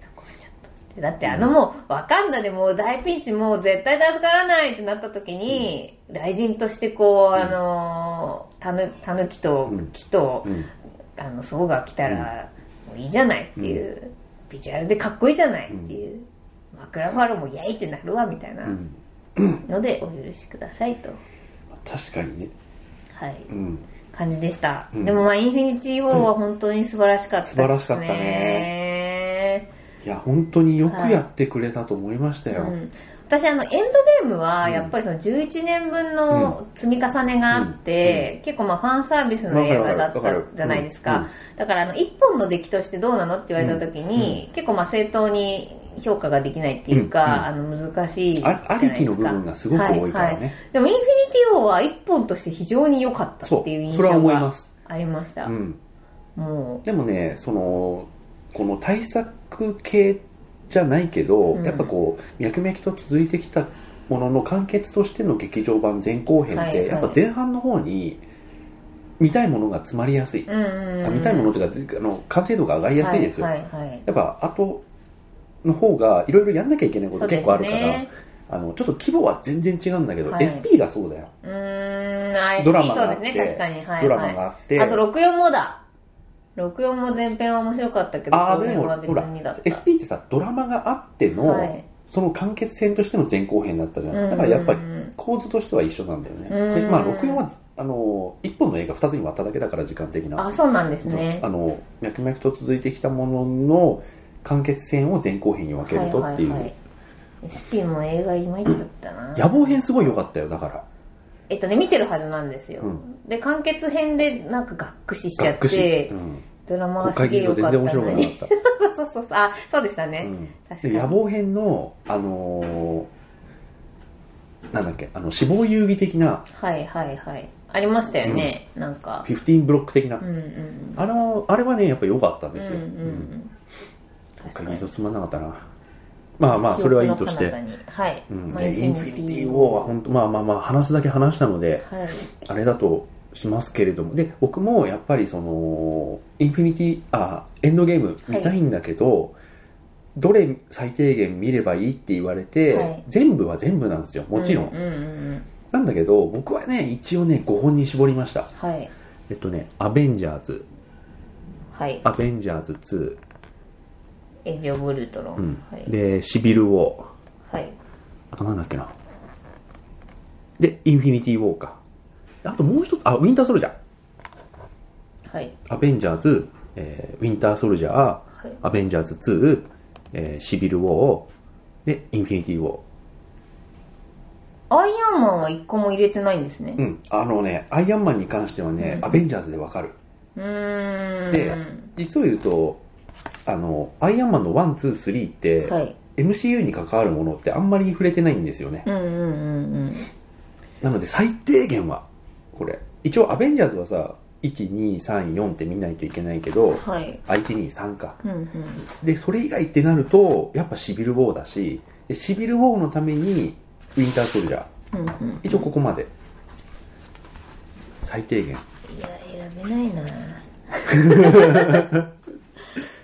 Speaker 1: そこはちょっとだってあのもう、ワカンダでもう大ピンチもう絶対助からないってなった時に、雷神としてこう、あのーたぬたぬきと
Speaker 2: うん
Speaker 1: 木と、
Speaker 2: うん。
Speaker 1: あの祖母が来たらもういいじゃないっていう、ビジュアルでかっこいいじゃないっていう、マクラファロもやいってなるわみたいな
Speaker 2: うん
Speaker 1: のでお許しくださいと、
Speaker 2: 確かにね。
Speaker 1: はい、
Speaker 2: うん。
Speaker 1: 感じでした、
Speaker 2: うん
Speaker 1: でもまあインフィニティ・ウォーは本当に素晴らしかったです
Speaker 2: 素
Speaker 1: ね、
Speaker 2: 晴らしかったねいや、本当によくやってくれたと思いましたよ。
Speaker 1: うん私あのエンドゲームはやっぱりその11年分の積み重ねがあって、結構まあファンサービスの映画だった
Speaker 2: わかるわかるわかる
Speaker 1: じゃないですか、
Speaker 2: うんうん
Speaker 1: だからあの1本の出来としてどうなのって言われた時に、結構まあ正当に評価ができないっていうか、あの難しいじゃ
Speaker 2: ああ
Speaker 1: ないで
Speaker 2: り
Speaker 1: すか
Speaker 2: きの部分がすごく多いからね。
Speaker 1: ははでも「インフィニティ・ウォー」は1本として非常に良かったっていう印
Speaker 2: そうそれは
Speaker 1: 象
Speaker 2: 思いま
Speaker 1: が
Speaker 2: す
Speaker 1: ありました
Speaker 2: うん。
Speaker 1: も
Speaker 2: でもね、その、この対策系じゃないけど、
Speaker 1: うん
Speaker 2: やっぱこう、脈々と続いてきたものの完結としての劇場版前後編って、
Speaker 1: はいはい
Speaker 2: やっぱ前半の方に見たいものが詰まりやすい。
Speaker 1: う、うんうんうん
Speaker 2: あ見たいものというか、あの完成度が上がりやすいですよ。
Speaker 1: はいはいはい
Speaker 2: やっぱ後の方がいろいろやんなきゃいけないこ
Speaker 1: そ
Speaker 2: と
Speaker 1: うです
Speaker 2: 結
Speaker 1: ね
Speaker 2: 構あるから、あのちょっと規模は全然違うんだけど、
Speaker 1: はい
Speaker 2: SP がそうだよ、
Speaker 1: うーん、あ
Speaker 2: ドラマがあって
Speaker 1: そうですね、確かに。はい。
Speaker 2: ドラマがあって
Speaker 1: はいあと、64もだ。64も前編は面白かったけど、
Speaker 2: ああ
Speaker 1: 後
Speaker 2: で
Speaker 1: 編
Speaker 2: も
Speaker 1: は別
Speaker 2: ほら
Speaker 1: にだった。
Speaker 2: SP ってさドラマがあっての、
Speaker 1: はい
Speaker 2: その完結編としての前後編だったじゃん、
Speaker 1: うんうんうん
Speaker 2: だからやっぱり構図としては一緒なんだよね、
Speaker 1: うん
Speaker 2: でまあ64はあの1本の映画2つに割っただけだから時間的な
Speaker 1: あ、そうなんですね
Speaker 2: あ。の脈々と続いてきたものの完結編を前後編に分けるとっていう、
Speaker 1: い。SP も映画いまいちだったな。
Speaker 2: 野望編すごい良かったよだから
Speaker 1: えっとね、見てるはずなんですよ。
Speaker 2: うん
Speaker 1: で、完結編でなんかがっくししちゃっ
Speaker 2: 学士
Speaker 1: て、
Speaker 2: うん、
Speaker 1: ドラマ
Speaker 2: 国
Speaker 1: がす
Speaker 2: 会
Speaker 1: げ
Speaker 2: 議
Speaker 1: え
Speaker 2: 事堂
Speaker 1: 良か
Speaker 2: 全然
Speaker 1: ったの
Speaker 2: 面白くなか
Speaker 1: に。
Speaker 2: った
Speaker 1: そうそうそうそう。あ、そうでしたね。確か
Speaker 2: で
Speaker 1: に
Speaker 2: 野望編のあのーなんだっけあの死亡遊戯的な
Speaker 1: はいはいはい。ありましたよね、なんか。
Speaker 2: 15ブロック的な、
Speaker 1: うんうん。
Speaker 2: あのあれはねやっぱ良かったん
Speaker 1: うん
Speaker 2: で
Speaker 1: うん
Speaker 2: す
Speaker 1: う
Speaker 2: よ、うん
Speaker 1: ん。確
Speaker 2: 国
Speaker 1: か
Speaker 2: 会議
Speaker 1: に
Speaker 2: 事堂。つまんなかったなまあまあそれはいいとして、
Speaker 1: 記憶の彼方にはい。
Speaker 2: うん、
Speaker 1: まあ
Speaker 2: でインフィニティ・ウォーは本当まあまあまあ話すだけ話したので
Speaker 1: はい。
Speaker 2: あれだとしますけれどもで僕もやっぱりそのインフィニティあエンドゲーム見たいんだけど、どれ最低限見ればいいって言われて、
Speaker 1: はい
Speaker 2: 全部は全部なんですよもちろん、
Speaker 1: うんうんうんうん。
Speaker 2: なんだけど僕はね一応ね5本に絞りました
Speaker 1: はい。
Speaker 2: えっとね「アベンジャーズ」
Speaker 1: はい。
Speaker 2: 「アベンジャーズ
Speaker 1: エイジ・オブ・ウルトロン。
Speaker 2: 2」うん
Speaker 1: はい。
Speaker 2: で「シビル・ウォー
Speaker 1: はい。」
Speaker 2: あとなんだっけなで「インフィニティ・ウォーカー」あともう一つあウィンター・ソルジャー
Speaker 1: はい。
Speaker 2: アベンジャーズ、えーウィンターソルジャー、
Speaker 1: い
Speaker 2: アベンジャーズ2、えーシビル・ウォー、で、インフィニティ・ウォー。
Speaker 1: アイアンマンは一個も入れてないんですね
Speaker 2: う。ん。あのね、アイアンマンに関してはね、アベンジャーズでわかる。
Speaker 1: うーん。
Speaker 2: で、実を言うと、あの、アイアンマンの1、2、3って、
Speaker 1: はい
Speaker 2: MCU に関わるものってあんまり触れてないんですよね。
Speaker 1: うんうんうんうん。
Speaker 2: なので最低限は、これ。一応アベンジャーズはさ、1、2、3、4って見ないといけないけど、
Speaker 1: はい。
Speaker 2: あ、1、2、3か。
Speaker 1: うんうん。
Speaker 2: でそれ以外ってなるとやっぱシビル・ウォーだしでシビル・ウォーのためにウィンター・ソルジャー
Speaker 1: うんうん。
Speaker 2: 一応ここまで最低限
Speaker 1: いや、選べないな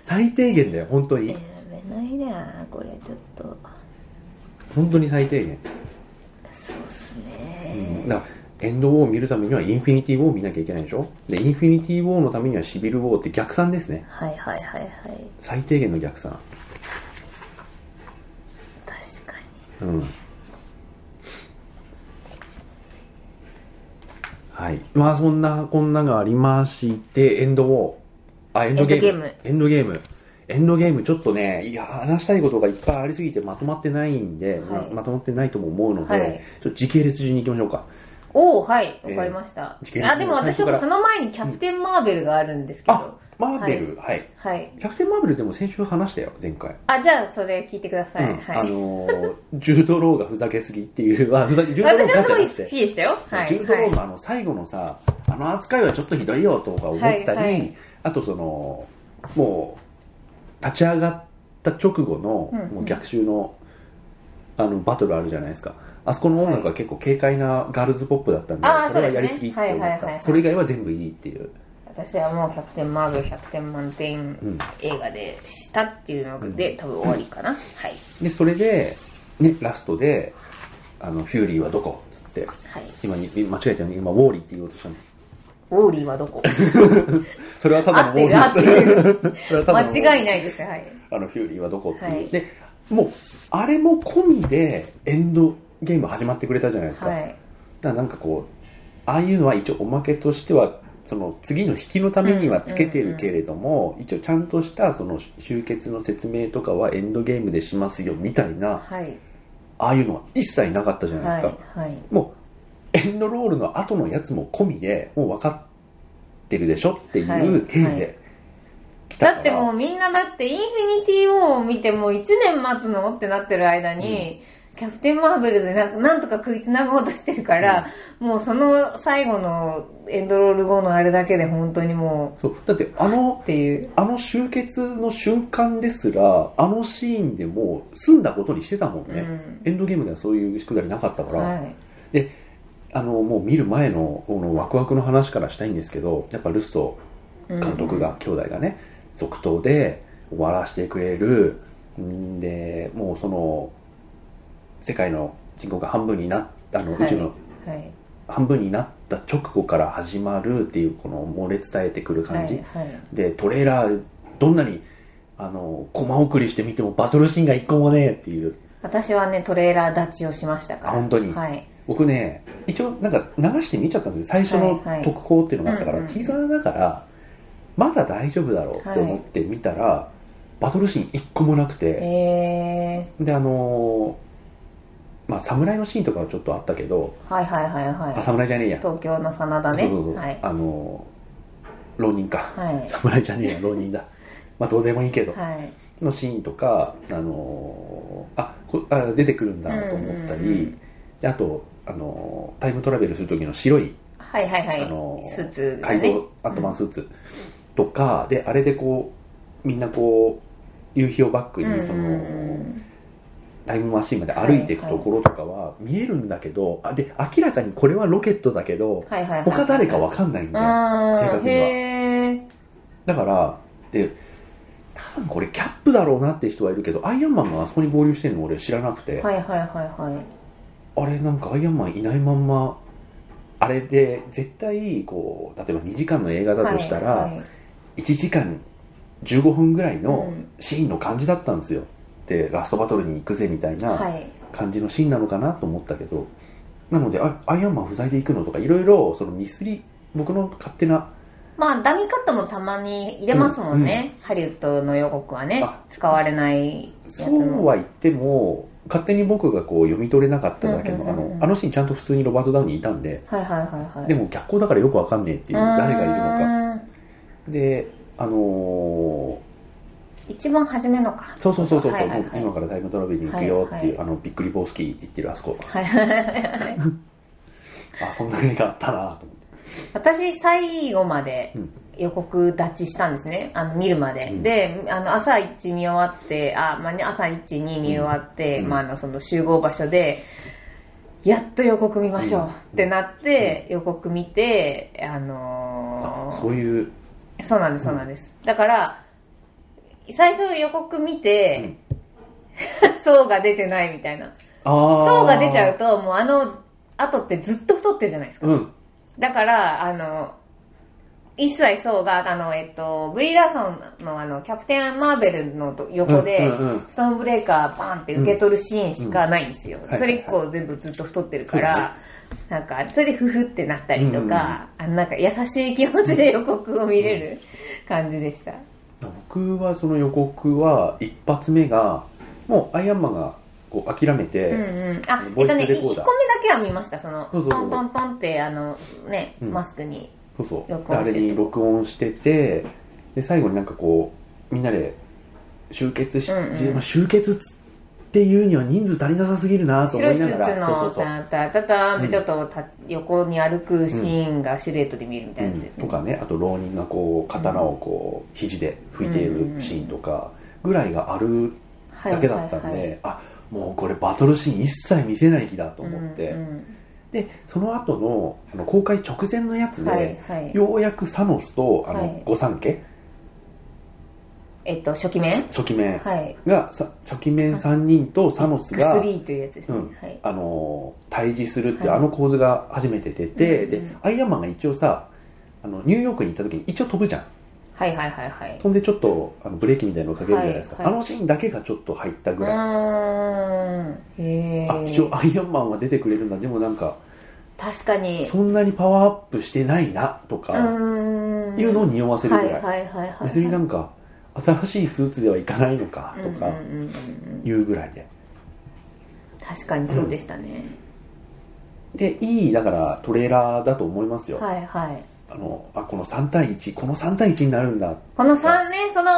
Speaker 2: 最低限だよ本当に
Speaker 1: 選べないなこれちょっと。
Speaker 2: 本当に最低限
Speaker 1: そうっす
Speaker 2: う
Speaker 1: ね。
Speaker 2: んだからエンド・ウォーを見るためにはインフィニティ・ウォーを見なきゃいけないでしょでインフィニティ・ウォーのためにはシビル・ウォーって逆算ですね
Speaker 1: はいはいはいはい。
Speaker 2: 最低限の逆算
Speaker 1: 確かに。
Speaker 2: うんはい。まあそんなこんながありまして、エンドを、あ、エンドゲーム。エンドゲーム。エンドゲーム、ちょっとね、いや、話したいことがいっぱいありすぎてまとまってないんで、
Speaker 1: はい
Speaker 2: まあまとまってないとも思うので、
Speaker 1: はい
Speaker 2: ちょっと時系列順に行きましょうか。
Speaker 1: おおはい
Speaker 2: えー
Speaker 1: わかりました、
Speaker 2: 事件
Speaker 1: あでも私ちょっとその前にキャプテン・マーベルがあるんですけど、
Speaker 2: あ、マーベル、はい。
Speaker 1: はい
Speaker 2: キャプテンマーベルでも先週話したよ、前回。
Speaker 1: あじゃあそれ聞いてください、
Speaker 2: うん
Speaker 1: はい、
Speaker 2: あのー、ジュードローがふざけすぎっていう、 あふざけ、ジュードロー
Speaker 1: 私
Speaker 2: が
Speaker 1: は
Speaker 2: っ
Speaker 1: す
Speaker 2: ちゃ
Speaker 1: ご
Speaker 2: なく
Speaker 1: い
Speaker 2: て
Speaker 1: 好きでしたよはい
Speaker 2: ジュード・ロー
Speaker 1: は
Speaker 2: のあの最後のさ、あの扱いはちょっとひどいよとか思ったり、
Speaker 1: はいはい
Speaker 2: あとその、もう、立ち上がった直後の、
Speaker 1: うんうん
Speaker 2: もう逆襲の、あの、バトルあるじゃないですか。あそこの音楽は結構軽快なガールズポップだったんで、
Speaker 1: あー
Speaker 2: それは
Speaker 1: そ
Speaker 2: や
Speaker 1: う
Speaker 2: り
Speaker 1: です
Speaker 2: す
Speaker 1: ね
Speaker 2: ぎって思
Speaker 1: はいは
Speaker 2: っ
Speaker 1: いはいはい
Speaker 2: た。それ以外は全部いいっていう。
Speaker 1: 私はもうキャプテン・マーベル100点満点
Speaker 2: ん
Speaker 1: 映画でしたっていうので、多分終わりかな、はい
Speaker 2: で、それで、ね、ラストで、あの、フューリーはどこっつって、
Speaker 1: はい
Speaker 2: 今に、間違えたよね、今、ウォーリーって言おうとしたの。
Speaker 1: ウォーリーは どこ
Speaker 2: それはただの
Speaker 1: 合
Speaker 2: ウ
Speaker 1: っ
Speaker 2: ォー
Speaker 1: て
Speaker 2: リ
Speaker 1: る合
Speaker 2: ー
Speaker 1: っ
Speaker 2: で
Speaker 1: て
Speaker 2: す。
Speaker 1: る
Speaker 2: それはただのウォーリー
Speaker 1: 間違いないですはい
Speaker 2: あのフューリーはどこっていう、
Speaker 1: はい
Speaker 2: でもうあれも込みでエンドゲーム始まってくれたじゃないですか、
Speaker 1: は
Speaker 2: だか
Speaker 1: い
Speaker 2: らなんかこうああいうのは一応おまけとしてはその次の引きのためにはつけてるけれども、一応ちゃんとしたその集結の説明とかはエンドゲームでしますよみたいな
Speaker 1: はい
Speaker 2: ああいうのは一切なかったじゃない
Speaker 1: は
Speaker 2: で
Speaker 1: い
Speaker 2: すか、
Speaker 1: はい
Speaker 2: もうエンドロールの後のやつも込みでもう分かってるでしょってい
Speaker 1: はいう
Speaker 2: 体で来た
Speaker 1: だ
Speaker 2: から、
Speaker 1: ってもうみんなだってインフィニティ・ウォーを見てもう1年待つのってなってる間に、キャプテン・マーベルでななんとか食いつなごうとしてるから、もうその最後のエンドロール後のあれだけで本当にも
Speaker 2: そうだってあの
Speaker 1: うっていう
Speaker 2: あの集結の瞬間ですら、あのシーンでもう済んだことにしてたもんね。
Speaker 1: うん
Speaker 2: エンドゲームではそういうくだりなかったから、
Speaker 1: はい
Speaker 2: あの、もう見る前のこのワクワクの話からしたいんですけど、やっぱルッソ監督が、兄弟がね、続投で終わらせてくれる、んで、もうその、世界の人口が半分になっあの、
Speaker 1: はい
Speaker 2: 宇宙の
Speaker 1: はい
Speaker 2: 半分になった直後から始まるっていう、この漏れ伝えてくる
Speaker 1: は
Speaker 2: 感じ。
Speaker 1: いはい
Speaker 2: でトレーラーどんなにあのコマ送りしてみてもバトルシーンが一個もねえっていう
Speaker 1: 私はねトレーラー立ちをしましたか
Speaker 2: あ
Speaker 1: ら
Speaker 2: 本当に
Speaker 1: はい
Speaker 2: 僕ね一応なんか流して見ちゃったんですよ最初
Speaker 1: はい
Speaker 2: の
Speaker 1: はい
Speaker 2: 特報っていうのがあったから、
Speaker 1: うんうん
Speaker 2: ティザーだからまだ大丈夫だろうって思って見たら、バトルシーン一個もなくて
Speaker 1: え
Speaker 2: であのーまあ侍のシーンとかはちょっとあったけど、
Speaker 1: ー、はいはいはい
Speaker 2: あ
Speaker 1: はい
Speaker 2: 侍じゃねえや、
Speaker 1: 東京の真田ね
Speaker 2: そうそうそう、
Speaker 1: はい
Speaker 2: あのー浪人か、
Speaker 1: はい
Speaker 2: 侍じゃねえや浪人だまあどうでもいいけど、
Speaker 1: はい
Speaker 2: のシーンとか、あのーあこあ出てくるんだなと思ったり、
Speaker 1: うんうんうん
Speaker 2: であと、あのータイムトラベルする時の白い
Speaker 1: はいはいはい
Speaker 2: あのー
Speaker 1: スーツが
Speaker 2: 改
Speaker 1: ね
Speaker 2: 造アントマンスーツとか、であれでこうみんなこう夕日をバック
Speaker 1: うんうん
Speaker 2: に
Speaker 1: うん
Speaker 2: その、タイムマシンまで歩いていくところとかは見えるんだけど、あで明らかにこれはロケットだけど
Speaker 1: はいはいはい
Speaker 2: 他誰かわかんないんだよ、正確
Speaker 1: あ
Speaker 2: に
Speaker 1: ー
Speaker 2: は。
Speaker 1: へー
Speaker 2: だから、で、多分これキャップだろうなって人はいるけど、アイアンマンがあそこに合流してるの俺知らなくて、
Speaker 1: はいはいはいはい
Speaker 2: あれなんかアイアンマンいないまんま、あれで絶対こう、例えば2時間の映画だとしたら、
Speaker 1: はいはい
Speaker 2: 1時間15分ぐらいの
Speaker 1: うん
Speaker 2: シーンの感じだったんですよ。で、ラストバトルに行くぜみたい
Speaker 1: は
Speaker 2: ない感じのシーンなのかなと思ったけど、なので、あアイアンマン不在で行くのとか、いろいろそのミスリ、僕の勝手な
Speaker 1: まあダミーカットもたまに入れますもんね、ハリウッドの予告はね
Speaker 2: あ
Speaker 1: 使われないやつ
Speaker 2: そ
Speaker 1: も
Speaker 2: うは言っても勝手に僕がこう読み取れなかっただけの、
Speaker 1: うんうんうんうん
Speaker 2: あのあのシーンちゃんと普通にロバート・ダウニーいたんで、
Speaker 1: はいはいはいはい
Speaker 2: でも逆光だからよくわかんねえっていう誰がいるのか
Speaker 1: のか
Speaker 2: であの
Speaker 1: 一番初めのか
Speaker 2: ーそうそうそうそうそう、
Speaker 1: はいはいはい
Speaker 2: 今からタイムトラベルに行くよっていう、
Speaker 1: はいは
Speaker 2: あのびっくりボースキーって言ってるあそこ
Speaker 1: はいはいはいはい
Speaker 2: あそんな映画あったなと思って
Speaker 1: 私最後まで
Speaker 2: うん
Speaker 1: 予告立ちしたんですねあの見るまで、
Speaker 2: うん
Speaker 1: であの朝1見終わってあ、まあね、朝1に見終わって、
Speaker 2: うん
Speaker 1: まあ、あのその集合場所でやっと予告見ましょう、
Speaker 2: うん
Speaker 1: ってなって、予告見てあの
Speaker 2: あ
Speaker 1: ー
Speaker 2: そういう
Speaker 1: そうなんですそうなんです、だから最初予告見て、 層が出てないみたいな
Speaker 2: ああ
Speaker 1: 層が出ちゃうともうあの後ってずっと太ってるじゃないですか
Speaker 2: うん
Speaker 1: だから、あの、一切そうが、あの、えっと、ブリー・ラーソンのあの、キャプテン・マーベルのと横で、
Speaker 2: うんうんうん
Speaker 1: ストーンブレーカーバンって受け取るシーンしかないんですよ。
Speaker 2: うん
Speaker 1: それ以降全部ずっと太ってるから、なんかそれでフフってなったりとか、あのなんか優しい気持ちで予告を見れる感じでした、
Speaker 2: 僕はその予告は一発目がもうアイアンマンがこう諦めて、
Speaker 1: うんうん、あえ
Speaker 2: ボ
Speaker 1: っ
Speaker 2: イ
Speaker 1: と
Speaker 2: ス
Speaker 1: ね
Speaker 2: レ
Speaker 1: 1個
Speaker 2: コーダー
Speaker 1: 目だけは見ましたその
Speaker 2: そうそうそう
Speaker 1: ポンポンポンってあのね、
Speaker 2: うん
Speaker 1: マスクに
Speaker 2: そうそう
Speaker 1: 録
Speaker 2: であ
Speaker 1: 音して
Speaker 2: れ
Speaker 1: て
Speaker 2: に録音しててで最後になんかこうみんなで集結し、
Speaker 1: うんうん
Speaker 2: でも集結っていうには人数足りなさすぎるなと思
Speaker 1: 白い
Speaker 2: い
Speaker 1: ス
Speaker 2: な
Speaker 1: ー
Speaker 2: が
Speaker 1: ツ
Speaker 2: らそう
Speaker 1: の
Speaker 2: そうそう
Speaker 1: タタタタンってちょっとた横に歩くシーンがシルエットで見えるみたいなやつです
Speaker 2: と
Speaker 1: ね
Speaker 2: かねあと浪人がこう刀をこう肘で拭いているシーンとかぐらいがあるだけだったんで、
Speaker 1: はいはいはい
Speaker 2: あもうこれバトルシーン一切見せない日だと思って、
Speaker 1: うん
Speaker 2: でその後のあの公開直前のや
Speaker 1: う
Speaker 2: つ
Speaker 1: ん
Speaker 2: で、
Speaker 1: はいはい
Speaker 2: ようやくサノスとあの、
Speaker 1: はい
Speaker 2: 御三家
Speaker 1: えっと初期面
Speaker 2: 初期面
Speaker 1: はい
Speaker 2: が、さ初期面3人とサノスが、
Speaker 1: X3 というやつです
Speaker 2: う
Speaker 1: ね、
Speaker 2: ん
Speaker 1: はい
Speaker 2: あのー対峙するって、
Speaker 1: はい
Speaker 2: あの構図が初めて出て、
Speaker 1: うん
Speaker 2: でアイアンマンが一応さあのニューヨークに行った時に一応飛ぶじゃん
Speaker 1: はいはいはいはい
Speaker 2: 飛んでちょっとあのブレーキみたいのをかけるじゃないですか、
Speaker 1: はいはい
Speaker 2: あのシーンだけがちょっと入ったぐ
Speaker 1: う
Speaker 2: らい、
Speaker 1: ーんへえ
Speaker 2: あ一応アイアンマンは出てくれるんだでもなんか
Speaker 1: 確かに
Speaker 2: そんなにパワーアップしてないなと
Speaker 1: う
Speaker 2: か
Speaker 1: ーん
Speaker 2: いうのを匂わせるぐらい、
Speaker 1: はいはいはいはい
Speaker 2: 別になんか新しいスーツではいかないのかとか
Speaker 1: うんうんうんうん
Speaker 2: いうぐらいで
Speaker 1: 確かにそうでしたね、
Speaker 2: でいいだからトレーラーだと思いますよ、
Speaker 1: はいはい
Speaker 2: あのあこの3対1この3対1になるんだ
Speaker 1: この3年その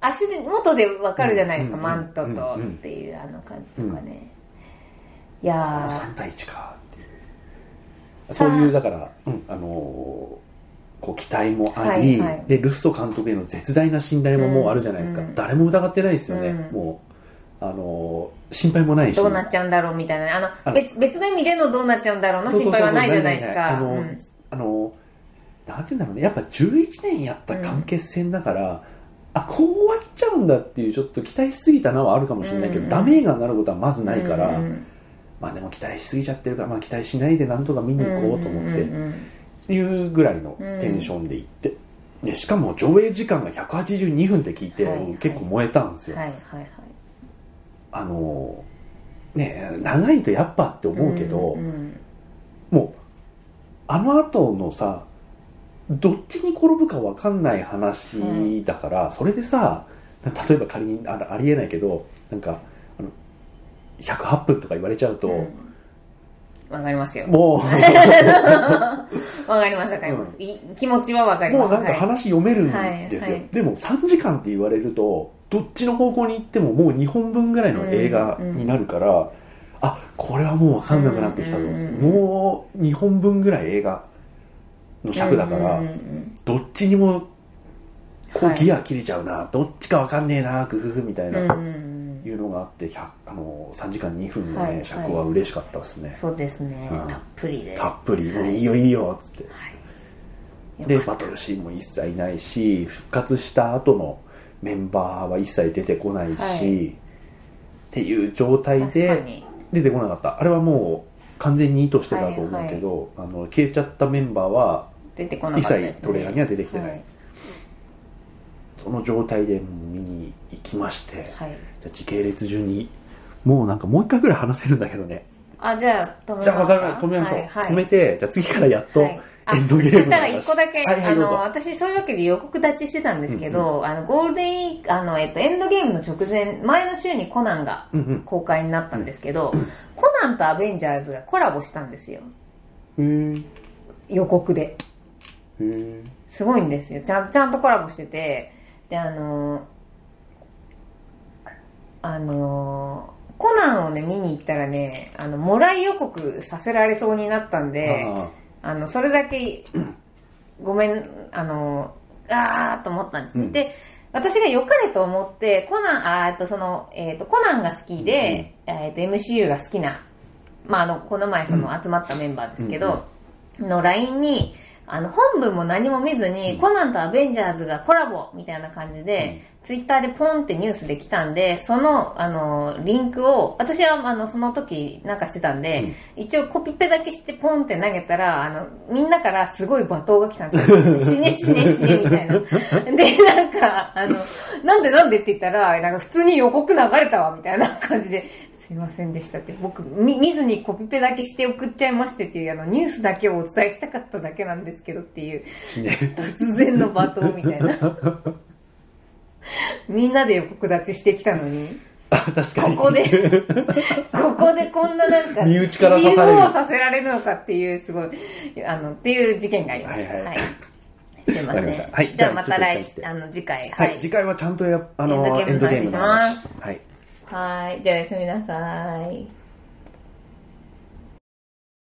Speaker 1: 足元で分かるじゃないですか、
Speaker 2: うん
Speaker 1: マントと
Speaker 2: うん
Speaker 1: っていうあの感じとかね、いや
Speaker 2: 3対1かっていうそういうだから、うん、あのーこう期待もあり、
Speaker 1: はいはい
Speaker 2: でルスト監督への絶大な信頼ももうあるじゃないですか、
Speaker 1: うんうん
Speaker 2: 誰も疑ってないですよね、
Speaker 1: うん
Speaker 2: もうあのー心配もない
Speaker 1: ー
Speaker 2: し
Speaker 1: どうなっちゃうんだろうみたいなあの
Speaker 2: あの
Speaker 1: 別別の意味でのどうなっちゃうんだろうの
Speaker 2: そうそ
Speaker 1: 心
Speaker 2: うそう
Speaker 1: 配はないじゃないです
Speaker 2: なないあ
Speaker 1: かう
Speaker 2: の、
Speaker 1: ん
Speaker 2: あのなんて言うんだろうねやっぱ11年やった完結戦だから、あこう終わっちゃうんだっていうちょっと期待しすぎたなはあるかもしれないけど、
Speaker 1: うん
Speaker 2: ダメ映画になることはまずないから、
Speaker 1: うん
Speaker 2: まあでも期待しすぎちゃってるから、まあ、期待しないでなんとか見に行こうと思って、
Speaker 1: んんうん
Speaker 2: っていうぐらいのテンションで行って、でしかも上映時間が182分って聞いて、
Speaker 1: はいはい
Speaker 2: 結構燃えたんです
Speaker 1: うん
Speaker 2: よ、
Speaker 1: はいはいはい
Speaker 2: あのね長いとやっぱって思うけど、
Speaker 1: んん
Speaker 2: もうあの後のさどっちに転ぶか分かんない話だから、それでさ例えば仮にあのありえないけどなんかあの108分とか言われちゃうと、
Speaker 1: うん わかりますよ
Speaker 2: も
Speaker 1: わかりますわかります、い気持ちはわか
Speaker 2: う
Speaker 1: りま
Speaker 2: も
Speaker 1: す
Speaker 2: うなんか
Speaker 1: はい
Speaker 2: 話読めるんです
Speaker 1: はい
Speaker 2: よ、
Speaker 1: はい
Speaker 2: でも3時間って言われるとどっちの方向に行ってももう2本分ぐらいの映画になるから、あこれはもう分かんなくなってきたぞ、
Speaker 1: うんうんうん
Speaker 2: もう2本分ぐらい映画の尺だから、
Speaker 1: うんうんうん
Speaker 2: どっちにもこう
Speaker 1: はい
Speaker 2: ギア切れちゃうな、どっちかわかんねえなグフフみたい
Speaker 1: うんう
Speaker 2: な、
Speaker 1: んうん
Speaker 2: いうのがあって100あの3時間2分のね、
Speaker 1: はいはい
Speaker 2: 尺は嬉しかったですね、
Speaker 1: そうですね、
Speaker 2: うん
Speaker 1: たっぷりで
Speaker 2: たっぷり「もういいよいいよ」っつって
Speaker 1: い
Speaker 2: で
Speaker 1: よか
Speaker 2: バトルシーンも一切ないし復活した後のメンバーは一切出てこないし、
Speaker 1: はい
Speaker 2: っていう状態
Speaker 1: 確か
Speaker 2: で
Speaker 1: に
Speaker 2: 出てこなかったあれはもう完全に意図してたと思うけど、あの消えちゃったメンバーは
Speaker 1: 出てこなか
Speaker 2: 一
Speaker 1: った
Speaker 2: 切トレーラーには出てきてない、
Speaker 1: はい
Speaker 2: その状態で見に行きまして、
Speaker 1: はい
Speaker 2: じゃあ時系列順にもうなんかもう一回ぐらい話せるんだけどね
Speaker 1: あじゃあ止めます
Speaker 2: じゃあわかる止めましょう、
Speaker 1: はいはい
Speaker 2: 止めてじゃあ次からやっと
Speaker 1: は
Speaker 2: エ
Speaker 1: いあ
Speaker 2: ンドゲームの話、
Speaker 1: そしたら一個だけ、
Speaker 2: はいはい
Speaker 1: あ
Speaker 2: どう
Speaker 1: の
Speaker 2: ぞ
Speaker 1: 私そういうわけで予告立ちしてたんですけど、あのゴールデンウィークあの、えっと、エンドゲームの直前前の週にコナンが
Speaker 2: うん
Speaker 1: 公開になったんですけど、コナンとアベンジャーズがコラボしたんですよ
Speaker 2: うんへ
Speaker 1: 予告で
Speaker 2: えへ
Speaker 1: すごいんですよちゃんちゃんとコラボしててであのあのコナンをね見に行ったらねあのもらい予告させられそうになったんで
Speaker 2: ああ
Speaker 1: あのそれだけごめんあのあーっと思ったんですね、
Speaker 2: うん
Speaker 1: で私が良かれと思ってコナンあーえっとその、えっとコナンが好きで、えっと MCU が好きな、まあ、あのこの前その集まったメンバーですけど、の LINE にあの本文も何も見ずに、コナンとアベンジャーズがコラボみたいな感じで、ツイッターでポンってニュースで来たんでそのあのリンクを私はあのその時なんかしてたんで、一応コピペだけしてポンって投げたらあのみんなからすごい罵倒が来たんですよ死ね死ね死ねみたいなでなんかあのなんでなんでって言ったらなんか普通に予告流れたわみたいな感じですいませんでしたって僕見見ずにコピペだけして送っちゃいましてっていうあのニュースだけをお伝えしたかっただけなんですけどっていう
Speaker 2: ね
Speaker 1: 突然の罵倒みた いなみんなで予告立ちしてきたのに
Speaker 2: あ確か
Speaker 1: こ
Speaker 2: に
Speaker 1: こでここでこんななんか
Speaker 2: 身内から刺される
Speaker 1: しびをさせられるのかっていうすごいあのっていう事件がありました
Speaker 2: は
Speaker 1: はいい、
Speaker 2: はい
Speaker 1: すいま
Speaker 2: わか
Speaker 1: せん、
Speaker 2: りましたはい
Speaker 1: じゃあ
Speaker 2: じゃあ
Speaker 1: ま
Speaker 2: ちょ
Speaker 1: た来
Speaker 2: っと一
Speaker 1: 週
Speaker 2: 回
Speaker 1: あの次回
Speaker 2: は、
Speaker 1: はい
Speaker 2: 次回はちゃんとやあの
Speaker 1: エ
Speaker 2: エ
Speaker 1: ン
Speaker 2: ン
Speaker 1: ド
Speaker 2: ド
Speaker 1: ゲ
Speaker 2: ゲーム
Speaker 1: ームの
Speaker 2: の
Speaker 1: 話
Speaker 2: 話はい
Speaker 1: はいじゃあおやすみなさい